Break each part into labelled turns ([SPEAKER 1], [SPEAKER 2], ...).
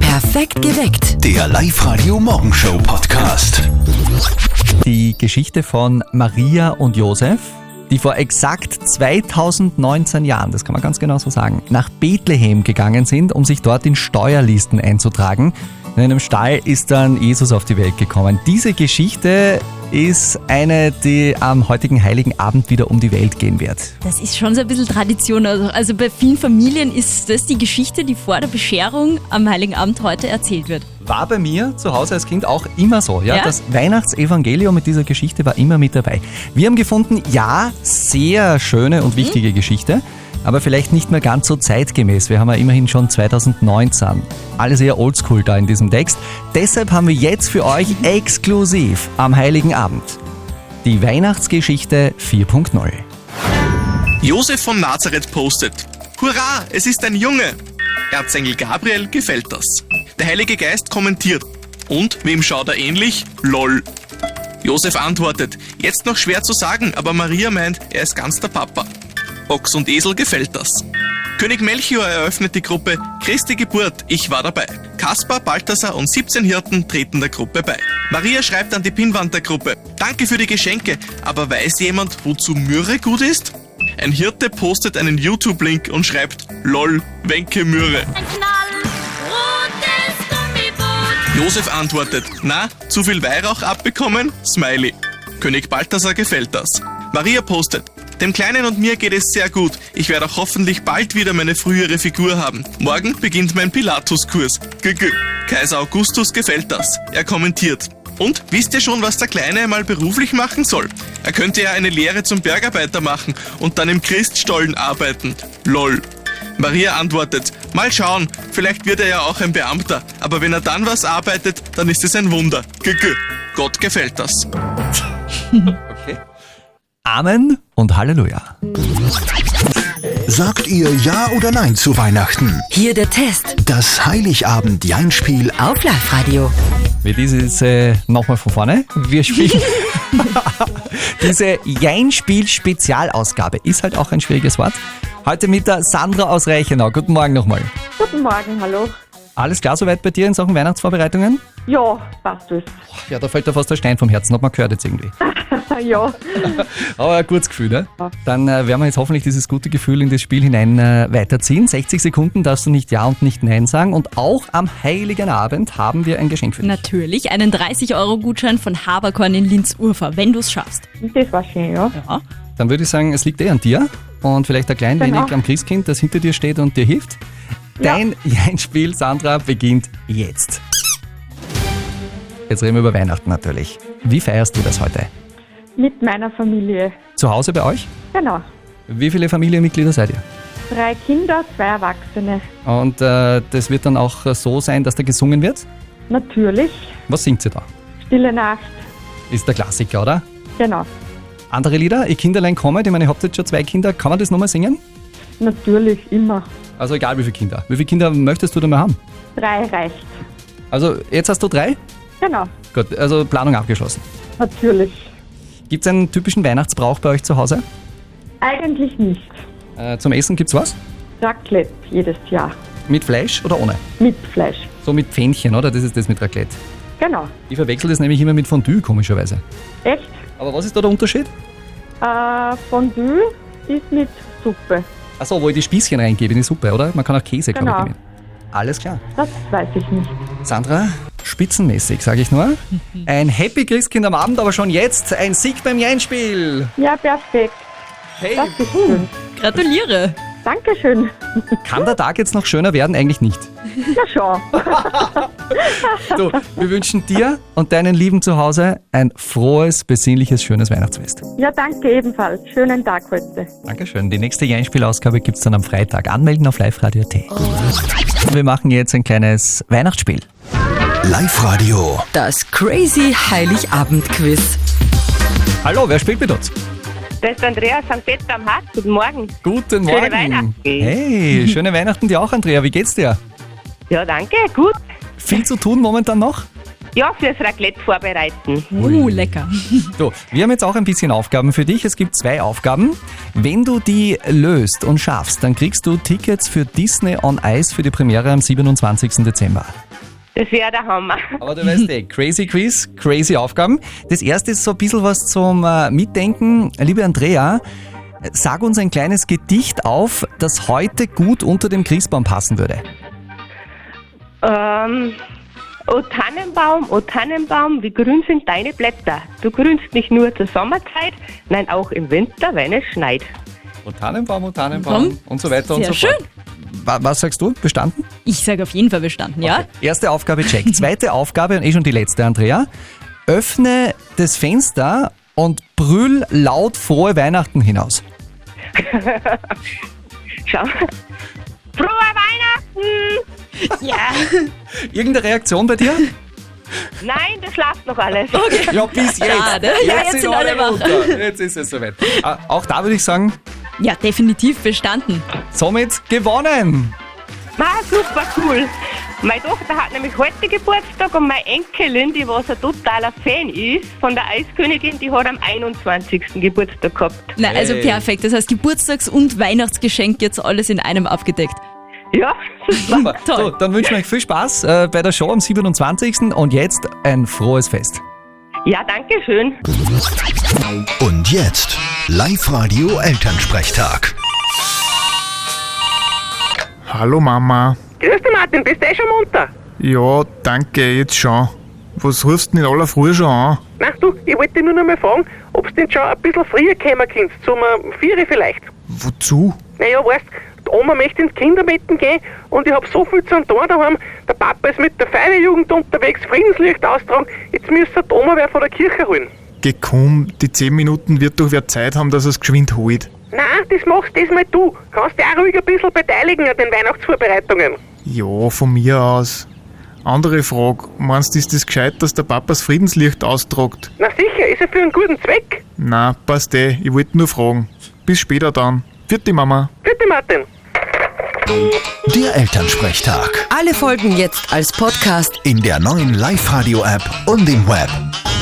[SPEAKER 1] Perfekt geweckt.
[SPEAKER 2] Der Live-Radio Morgenshow Podcast.
[SPEAKER 3] die Geschichte von Maria und Josef, die vor exakt 2019 Jahren, das kann man ganz genau so sagen, nach Bethlehem gegangen sind, um sich dort in Steuerlisten einzutragen. In einem Stall ist dann Jesus auf die Welt gekommen. Diese Geschichte ist eine, die am heutigen Heiligen Abend wieder um die Welt gehen wird.
[SPEAKER 4] Das ist schon so ein bisschen Tradition. Also, also bei vielen Familien ist das die Geschichte, die vor der Bescherung am Heiligen Abend heute erzählt wird.
[SPEAKER 3] War bei mir zu Hause als Kind auch immer so. Ja?
[SPEAKER 4] Ja?
[SPEAKER 3] Das Weihnachtsevangelium mit dieser Geschichte war immer mit dabei. Wir haben gefunden, ja, sehr schöne und wichtige Geschichte, aber vielleicht nicht mehr ganz so zeitgemäß. Wir haben ja immerhin schon 2019. Alles eher oldschool da in diesem Text. Deshalb haben wir jetzt für euch exklusiv am Heiligen Abend die Weihnachtsgeschichte 4.0.
[SPEAKER 5] Josef von Nazareth postet. Hurra, es ist ein Junge! Erzengel Gabriel gefällt das. Der Heilige Geist kommentiert. Und wem schaut er ähnlich? LOL. Josef antwortet. Jetzt noch schwer zu sagen, aber Maria meint, er ist ganz der Papa. Ochs und Esel gefällt das. König Melchior eröffnet die Gruppe Christi Geburt, ich war dabei. Kaspar, Balthasar und 17 Hirten treten der Gruppe bei. Maria schreibt an die Pinnwand der Gruppe, danke für die Geschenke, aber weiß jemand, wozu Myrrhe gut ist? Ein Hirte postet einen YouTube-Link und schreibt, lol, Wenke Myrrhe.
[SPEAKER 6] ein knallrotes Gummiboot.
[SPEAKER 5] Josef antwortet, na, zu viel Weihrauch abbekommen? Smiley. König Balthasar gefällt das. Maria postet, dem Kleinen und mir geht es sehr gut. Ich werde auch hoffentlich bald wieder meine frühere Figur haben. Morgen beginnt mein Pilatus-Kurs. Gugü. Kaiser Augustus gefällt das. Er kommentiert. Und wisst ihr schon, was der Kleine einmal beruflich machen soll? Er könnte ja eine Lehre zum Bergarbeiter machen und dann im Christstollen arbeiten. Lol. Maria antwortet, mal schauen, vielleicht wird er ja auch ein Beamter, aber wenn er dann was arbeitet, dann ist es ein Wunder. Gugü. Gott gefällt das.
[SPEAKER 3] Amen und Halleluja.
[SPEAKER 2] Sagt ihr Ja oder Nein zu Weihnachten?
[SPEAKER 1] Hier der Test
[SPEAKER 2] Das Heiligabend-Jeinspiel
[SPEAKER 1] auf Live-Radio.
[SPEAKER 3] Wir dieses äh, nochmal von vorne. Wir spielen. Diese Jein-Spiel-Spezialausgabe ist halt auch ein schwieriges Wort. Heute mit der Sandra aus Reichenau. Guten Morgen nochmal.
[SPEAKER 7] Guten Morgen, hallo.
[SPEAKER 3] Alles klar soweit bei dir in Sachen Weihnachtsvorbereitungen?
[SPEAKER 7] Ja, passt es.
[SPEAKER 3] Ja, da fällt dir fast der Stein vom Herzen, ob man gehört jetzt irgendwie.
[SPEAKER 7] Ja,
[SPEAKER 3] Aber ein gutes Gefühl, ne? Dann äh, werden wir jetzt hoffentlich dieses gute Gefühl in das Spiel hinein äh, weiterziehen. 60 Sekunden darfst du nicht Ja und nicht Nein sagen. Und auch am Heiligen Abend haben wir ein Geschenk für dich.
[SPEAKER 4] Natürlich einen 30-Euro-Gutschein von Haberkorn in Linz-Urfer, wenn du es schaffst.
[SPEAKER 7] das war schön, ja.
[SPEAKER 4] Ja.
[SPEAKER 3] Dann würde ich sagen, es liegt eh an dir und vielleicht ein klein
[SPEAKER 7] Genau.
[SPEAKER 3] wenig am Christkind, das hinter dir steht und dir hilft. Dein Jein-Spiel, Sandra, beginnt jetzt. Jetzt reden wir über Weihnachten natürlich. Wie feierst du das heute?
[SPEAKER 7] Mit meiner Familie.
[SPEAKER 3] Zu Hause bei euch?
[SPEAKER 7] Genau.
[SPEAKER 3] Wie viele Familienmitglieder seid ihr?
[SPEAKER 7] Drei Kinder, zwei Erwachsene.
[SPEAKER 3] Und äh, das wird dann auch äh, so sein, dass da gesungen wird?
[SPEAKER 7] Natürlich.
[SPEAKER 3] Was singt ihr da?
[SPEAKER 7] Stille Nacht.
[SPEAKER 3] Ist der Klassiker, oder?
[SPEAKER 7] Genau.
[SPEAKER 3] Andere Lieder? Ihr Kinderlein kommt, ich meine, ihr habt jetzt schon zwei Kinder. Kann man das nochmal singen?
[SPEAKER 7] Natürlich, immer.
[SPEAKER 3] Also egal, wie viele Kinder. Wie viele Kinder möchtest du denn mal haben?
[SPEAKER 7] Drei reicht.
[SPEAKER 3] Also jetzt hast du drei?
[SPEAKER 7] Genau.
[SPEAKER 3] Gut, also Planung abgeschlossen.
[SPEAKER 7] Natürlich.
[SPEAKER 3] Gibt es einen typischen Weihnachtsbrauch bei euch zu Hause?
[SPEAKER 7] Eigentlich nicht.
[SPEAKER 3] Äh, zum Essen gibt's was?
[SPEAKER 7] Raclette jedes Jahr.
[SPEAKER 3] Mit Fleisch oder ohne?
[SPEAKER 7] Mit Fleisch.
[SPEAKER 3] So mit Pfännchen, oder? Das ist das mit Raclette.
[SPEAKER 7] Genau.
[SPEAKER 3] Ich verwechsel das nämlich immer mit Fondue, komischerweise.
[SPEAKER 7] Echt?
[SPEAKER 3] Aber was ist da der Unterschied?
[SPEAKER 7] Äh, Fondue ist mit Suppe.
[SPEAKER 3] Achso, wo ich die Spießchen reingebe in die Suppe, oder? Man kann auch Käse, glaub
[SPEAKER 7] Genau.
[SPEAKER 3] ich, nehmen. Alles klar.
[SPEAKER 7] Das weiß ich nicht.
[SPEAKER 3] Sandra, spitzenmäßig, sage ich nur. Ein Happy Christkind am Abend, aber schon jetzt ein Sieg beim Jeinspiel.
[SPEAKER 7] Ja, perfekt.
[SPEAKER 3] Hey,
[SPEAKER 7] Das ist schön.
[SPEAKER 4] Gratuliere.
[SPEAKER 7] Dankeschön.
[SPEAKER 3] kann der Tag jetzt noch schöner werden? Eigentlich nicht.
[SPEAKER 7] Ja, schon.
[SPEAKER 3] Du, wir wünschen dir und deinen Lieben zu Hause ein frohes, besinnliches, schönes Weihnachtsfest.
[SPEAKER 7] Ja, danke ebenfalls. Schönen Tag heute.
[SPEAKER 3] Dankeschön. Die nächste Einspielausgabe gibt es dann am Freitag. Anmelden auf live-radio.at. Wir machen jetzt ein kleines Weihnachtsspiel.
[SPEAKER 2] Live-Radio.
[SPEAKER 1] Das Crazy Heiligabend-Quiz.
[SPEAKER 3] Hallo, wer spielt mit uns?
[SPEAKER 8] Das ist Andrea St. Peter am Harz. Guten Morgen.
[SPEAKER 3] Guten
[SPEAKER 8] Schöne
[SPEAKER 3] Morgen.
[SPEAKER 8] Weihnachten.
[SPEAKER 3] Hey, schöne Weihnachten dir auch, Andrea. Wie geht's dir?
[SPEAKER 8] Ja, danke. Gut.
[SPEAKER 3] Viel zu tun momentan noch?
[SPEAKER 8] Ja, fürs Raclette vorbereiten.
[SPEAKER 4] Uh, lecker.
[SPEAKER 3] So, wir haben jetzt auch ein bisschen Aufgaben für dich. Es gibt zwei Aufgaben. Wenn du die löst und schaffst, dann kriegst du Tickets für Disney on Ice für die Premiere am 27. Dezember.
[SPEAKER 8] Das wäre der Hammer.
[SPEAKER 3] Aber du weißt eh, crazy Quiz, crazy Aufgaben. Das erste ist so ein bisschen was zum äh, Mitdenken. Liebe Andrea, sag uns ein kleines Gedicht auf, das heute gut unter dem Christbaum passen würde.
[SPEAKER 8] Ähm, o Tannenbaum, o Tannenbaum, wie grün sind deine Blätter. Du grünst nicht nur zur Sommerzeit, nein auch im Winter, wenn es schneit.
[SPEAKER 3] Und Tannenbaum und Tannenbaum
[SPEAKER 4] Komm.
[SPEAKER 3] und so weiter und
[SPEAKER 4] Sehr
[SPEAKER 3] so fort. Wa was sagst du? Bestanden?
[SPEAKER 4] Ich sage auf jeden Fall bestanden, ja?
[SPEAKER 3] Erste Aufgabe check. Zweite Aufgabe und eh schon die letzte, Andrea. Öffne das Fenster und brüll laut frohe Weihnachten hinaus.
[SPEAKER 8] Schau. Frohe Weihnachten!
[SPEAKER 4] Ja.
[SPEAKER 3] Irgendeine Reaktion bei dir?
[SPEAKER 8] Nein, das schlaft noch alles.
[SPEAKER 3] Ja, bis jetzt.
[SPEAKER 4] Schade. Ja, jetzt sind alle wach.
[SPEAKER 3] runter. Jetzt ist es soweit. Ah, Auch da würde ich sagen,
[SPEAKER 4] Ja, definitiv bestanden.
[SPEAKER 3] somit gewonnen.
[SPEAKER 8] Ma, Ah, super cool. Meine Tochter hat nämlich heute Geburtstag und meine Enkelin, die was ein totaler Fan ist von der Eiskönigin, die hat am 21. Geburtstag gehabt.
[SPEAKER 4] Na, also
[SPEAKER 3] Hey.
[SPEAKER 4] perfekt. Das heißt, Geburtstags- und Weihnachtsgeschenk jetzt alles in einem abgedeckt.
[SPEAKER 8] Ja,
[SPEAKER 3] Super.
[SPEAKER 4] Toll.
[SPEAKER 3] So, dann wünschen wir euch viel Spaß äh, bei der Show am 27. und jetzt ein frohes Fest.
[SPEAKER 8] ja danke schön.
[SPEAKER 2] Und jetzt Live-Radio Elternsprechtag.
[SPEAKER 9] Hallo Mama.
[SPEAKER 8] Grüß dich, Martin, bist du eh schon munter?
[SPEAKER 9] Ja, danke, jetzt schon. Was rufst du denn in aller Früh schon an?
[SPEAKER 8] Na du, ich wollte dich nur noch mal fragen, ob du denn schon ein bisschen früher kommen kannst, zum äh, Viere vielleicht.
[SPEAKER 9] Wozu?
[SPEAKER 8] Naja, weißt, die Oma möchte ins Kinderbetten gehen und ich hab so viel zu tun daheim. Der Papa ist mit der Feierjugend unterwegs, Friedenslicht austragen. Jetzt müsste die Oma wer von der Kirche holen.
[SPEAKER 9] Geh komm, die 10 Minuten wird doch wer Zeit haben, dass es geschwind holt.
[SPEAKER 8] Nein, das machst diesmal du. Kannst dich auch ruhig ein bisschen beteiligen an den Weihnachtsvorbereitungen.
[SPEAKER 9] Ja, von mir aus. Andere Frage, meinst du, ist das gescheit, dass der Papa das Friedenslicht austragt?
[SPEAKER 8] Na sicher, ist ja für einen guten Zweck.
[SPEAKER 9] Na, passt eh, ich wollte nur fragen. Bis später dann. Vierte Mama.
[SPEAKER 8] Bitte, Martin.
[SPEAKER 2] Der Elternsprechtag.
[SPEAKER 1] Alle Folgen jetzt als Podcast.
[SPEAKER 2] In der neuen Live-Radio-App und im Web.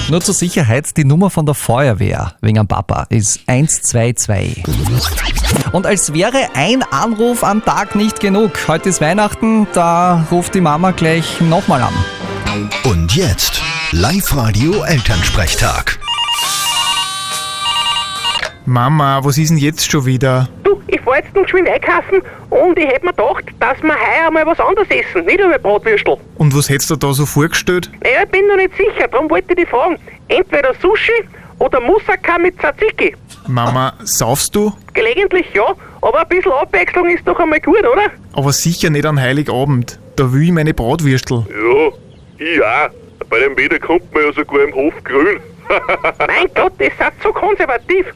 [SPEAKER 3] Nur zur Sicherheit, die Nummer von der Feuerwehr wegen am Papa ist 122. Und als wäre ein Anruf am Tag nicht genug. Heute ist Weihnachten, da ruft die Mama gleich nochmal an.
[SPEAKER 2] Und jetzt Live-Radio Elternsprechtag.
[SPEAKER 9] Mama, was ist denn jetzt schon wieder?
[SPEAKER 8] Du, ich fahr jetzt noch geschwind einkaufen und ich hätt mir gedacht, dass wir heuer mal was anderes essen, nicht nur Bratwürstel.
[SPEAKER 9] Und was hättest du da so vorgestellt?
[SPEAKER 8] Naja, ich bin noch nicht sicher, darum wollte ich dich fragen. Entweder Sushi oder Moussaka mit Tzatziki.
[SPEAKER 9] Mama, saufst du?
[SPEAKER 8] Gelegentlich ja, aber ein bisschen Abwechslung ist doch einmal gut, oder?
[SPEAKER 9] Aber sicher nicht an Heiligabend. Da will ich meine Bratwürstel.
[SPEAKER 10] Ja, ich auch. Bei dem Wetter kommt man ja sogar im Hof grün.
[SPEAKER 8] mein Gott, ihr seid so konservativ.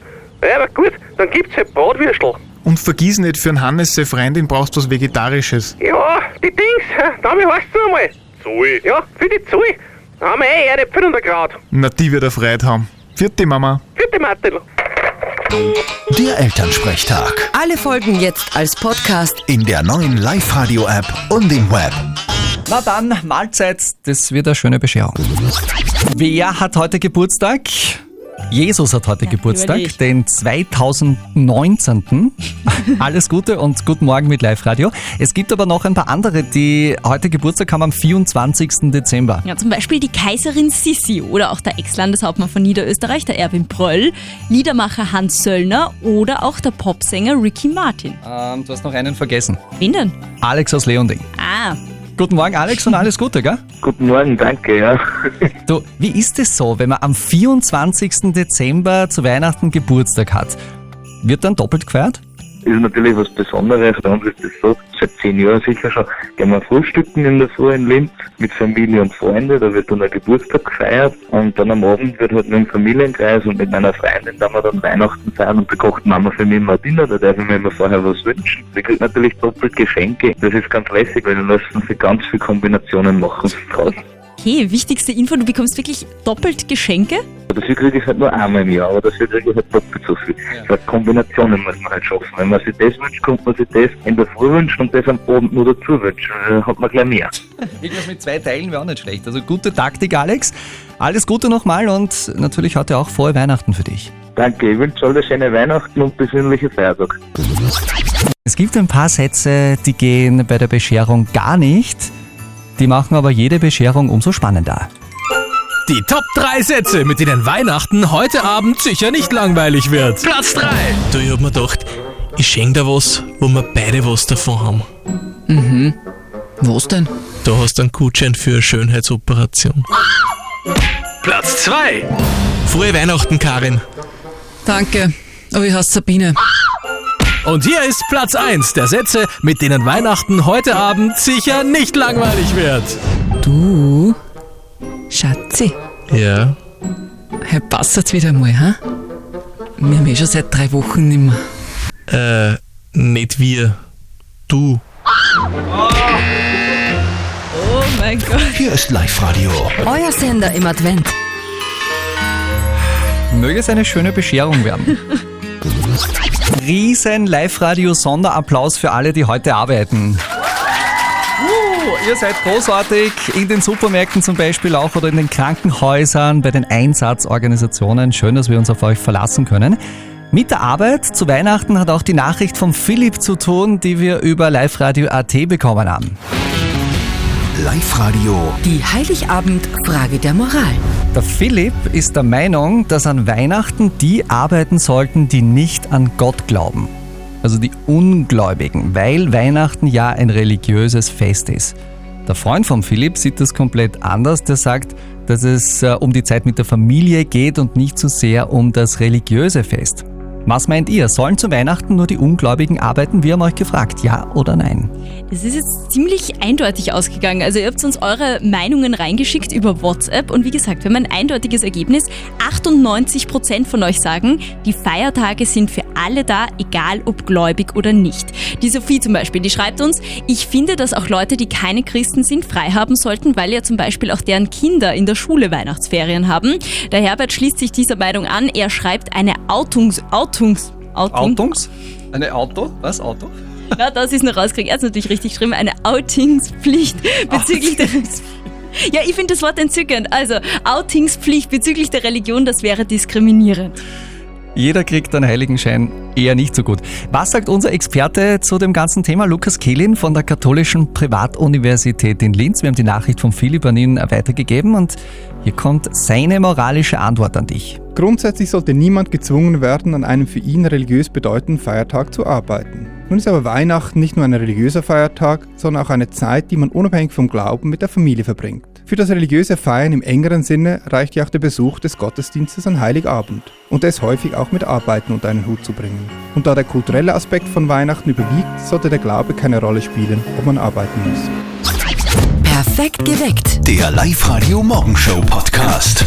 [SPEAKER 8] Ja, aber gut, dann gibt's halt Bratwürstel.
[SPEAKER 9] Und vergiss nicht, für einen Hannes, seine Freundin, brauchst du was Vegetarisches.
[SPEAKER 8] Ja, die Dings, damit heißt du einmal.
[SPEAKER 10] Zoe,
[SPEAKER 8] Ja, für die Zoe haben wir eh Erdäpfel und ein Kraut.
[SPEAKER 9] Na, die wird er Freude haben. Vierte Mama.
[SPEAKER 8] Bitte, Martin.
[SPEAKER 2] Der Elternsprechtag.
[SPEAKER 1] Alle Folgen jetzt als Podcast.
[SPEAKER 2] In der neuen Live-Radio App und im Web.
[SPEAKER 3] Na dann, Mahlzeit, das wird eine schöne Bescherung. Wer hat heute Geburtstag? Jesus hat heute Geburtstag,
[SPEAKER 4] natürlich.
[SPEAKER 3] den 2019. Alles Gute und guten Morgen mit Live Radio. Es gibt aber noch ein paar andere, die heute Geburtstag haben am 24. Dezember.
[SPEAKER 4] Ja, zum Beispiel die Kaiserin Sissi oder auch der Ex-Landeshauptmann von Niederösterreich, der Erwin Pröll, Liedermacher Hans Söllner oder auch der Popsänger Ricky Martin.
[SPEAKER 3] Ähm, du hast noch einen vergessen.
[SPEAKER 4] Wen denn?
[SPEAKER 3] Alex aus Leonding.
[SPEAKER 4] Ah,
[SPEAKER 3] Guten Morgen, Alex, und alles Gute, gell?
[SPEAKER 10] Guten Morgen, danke, ja.
[SPEAKER 3] Du, wie ist es so, wenn man am 24. Dezember zu Weihnachten Geburtstag hat? Wird dann doppelt gefeiert?
[SPEAKER 10] Ist natürlich was Besonderes, bei uns ist das so, seit zehn Jahren sicher schon. Gehen wir frühstücken in der Früh in Linz mit Familie und Freunde, da wird dann ein Geburtstag gefeiert und dann am Abend wird halt mit dem Familienkreis und mit meiner Freundin, da wir dann Weihnachten feiern und da kocht Mama für mich immer ein Dinner, da darf ich mir immer vorher was wünschen. Wir kriegen natürlich doppelt Geschenke, das ist ganz lässig, weil dann lassen sie ganz viele Kombinationen machen draus.
[SPEAKER 4] okay, wichtigste Info, du bekommst wirklich doppelt Geschenke.
[SPEAKER 10] Dafür kriege ich halt nur einmal im Jahr, aber dafür kriege ich halt doppelt so viel. Das heißt, Kombinationen muss man halt schaffen. Wenn man sich das wünscht, kommt man sich das in der Früh wünschen und das am Abend nur dazu wünschen. Dann hat man gleich mehr.
[SPEAKER 3] Irgendwas mit zwei Teilen wäre auch nicht schlecht. Also gute Taktik, Alex. Alles Gute nochmal und natürlich heute auch frohe Weihnachten für dich.
[SPEAKER 10] Danke, ich wünsche alle schöne Weihnachten und besinnliche Feiertag.
[SPEAKER 3] Es gibt ein paar Sätze, die gehen bei der Bescherung gar nicht. Die machen aber jede Bescherung umso spannender.
[SPEAKER 11] Die Top 3 Sätze, mit denen Weihnachten heute Abend sicher nicht langweilig wird. Platz 3.
[SPEAKER 5] Du, ich hab mir gedacht, ich schenke dir was, wo wir beide was davon haben.
[SPEAKER 1] Mhm. Was denn?
[SPEAKER 5] Da hast du einen Gutschein für eine Schönheitsoperation.
[SPEAKER 11] Platz 2.
[SPEAKER 5] Frohe Weihnachten, Karin.
[SPEAKER 1] Danke. Aber ich heiße Sabine.
[SPEAKER 11] Und hier ist Platz 1 der Sätze, mit denen Weihnachten heute Abend sicher nicht langweilig wird.
[SPEAKER 1] Du, Schatzi,
[SPEAKER 5] Ja.
[SPEAKER 1] hey, passt jetzt wieder mal, ha? Wir haben eh schon seit drei Wochen nimmer.
[SPEAKER 5] Äh, nicht wir. Du.
[SPEAKER 4] Oh mein Gott.
[SPEAKER 2] Hier ist Live-Radio.
[SPEAKER 1] Euer Sender im Advent.
[SPEAKER 3] Möge es eine schöne Bescherung werden. Riesen Live-Radio-Sonderapplaus für alle, die heute arbeiten. Uh, Ihr seid großartig in den Supermärkten zum Beispiel auch oder in den Krankenhäusern, bei den Einsatzorganisationen. Schön, dass wir uns auf euch verlassen können. Mit der Arbeit zu Weihnachten hat auch die Nachricht von Philipp zu tun, die wir über liveradio.at bekommen haben.
[SPEAKER 2] Live-Radio.
[SPEAKER 1] Die Heiligabend-Frage der Moral.
[SPEAKER 3] Der Philipp ist der Meinung, dass an Weihnachten die arbeiten sollten, die nicht an Gott glauben. Also die Ungläubigen, weil Weihnachten ja ein religiöses Fest ist. Der Freund von Philipp sieht das komplett anders. Der sagt, dass es äh, um die Zeit mit der Familie geht und nicht so sehr um das religiöse Fest. Was meint ihr? Sollen zu Weihnachten nur die Ungläubigen arbeiten? Wir haben euch gefragt, ja oder nein?
[SPEAKER 4] Es ist jetzt ziemlich eindeutig ausgegangen. Also ihr habt uns eure Meinungen reingeschickt über WhatsApp und wie gesagt, wir haben ein eindeutiges Ergebnis. 98% von euch sagen, die Feiertage sind für alle da, egal ob gläubig oder nicht. Die Sophie zum Beispiel, die schreibt uns, ich finde, dass auch Leute, die keine Christen sind, frei haben sollten, weil ja zum Beispiel auch deren Kinder in der Schule Weihnachtsferien haben. Der Herbert schließt sich dieser Meinung an. Er schreibt eine Outungs... Outungs... Outung?
[SPEAKER 3] Autos? Eine Auto? Was, Auto?
[SPEAKER 4] Na, das ist noch rausgekriegt. Er hat natürlich richtig geschrieben. Eine Outingspflicht bezüglich der. Ja, ich finde das Wort entzückend. Also, Outingspflicht bezüglich der Religion, das wäre diskriminierend.
[SPEAKER 3] Jeder kriegt einen Heiligenschein eher nicht so gut. Was sagt unser Experte zu dem ganzen Thema? Lukas Kehlin von der Katholischen Privatuniversität in Linz. Wir haben die Nachricht von Philipp an ihn weitergegeben und hier kommt seine moralische Antwort an dich.
[SPEAKER 12] Grundsätzlich sollte niemand gezwungen werden, an einem für ihn religiös bedeutenden Feiertag zu arbeiten. Nun ist aber Weihnachten nicht nur ein religiöser Feiertag, sondern auch eine Zeit, die man unabhängig vom Glauben mit der Familie verbringt. Für das religiöse Feiern im engeren Sinne reicht ja auch der Besuch des Gottesdienstes an Heiligabend und der ist häufig auch mit Arbeiten unter einen Hut zu bringen. Und da der kulturelle Aspekt von Weihnachten überwiegt, sollte der Glaube keine Rolle spielen, ob man arbeiten muss.
[SPEAKER 1] Perfekt geweckt.
[SPEAKER 2] Der Live-Radio Morgenshow Podcast.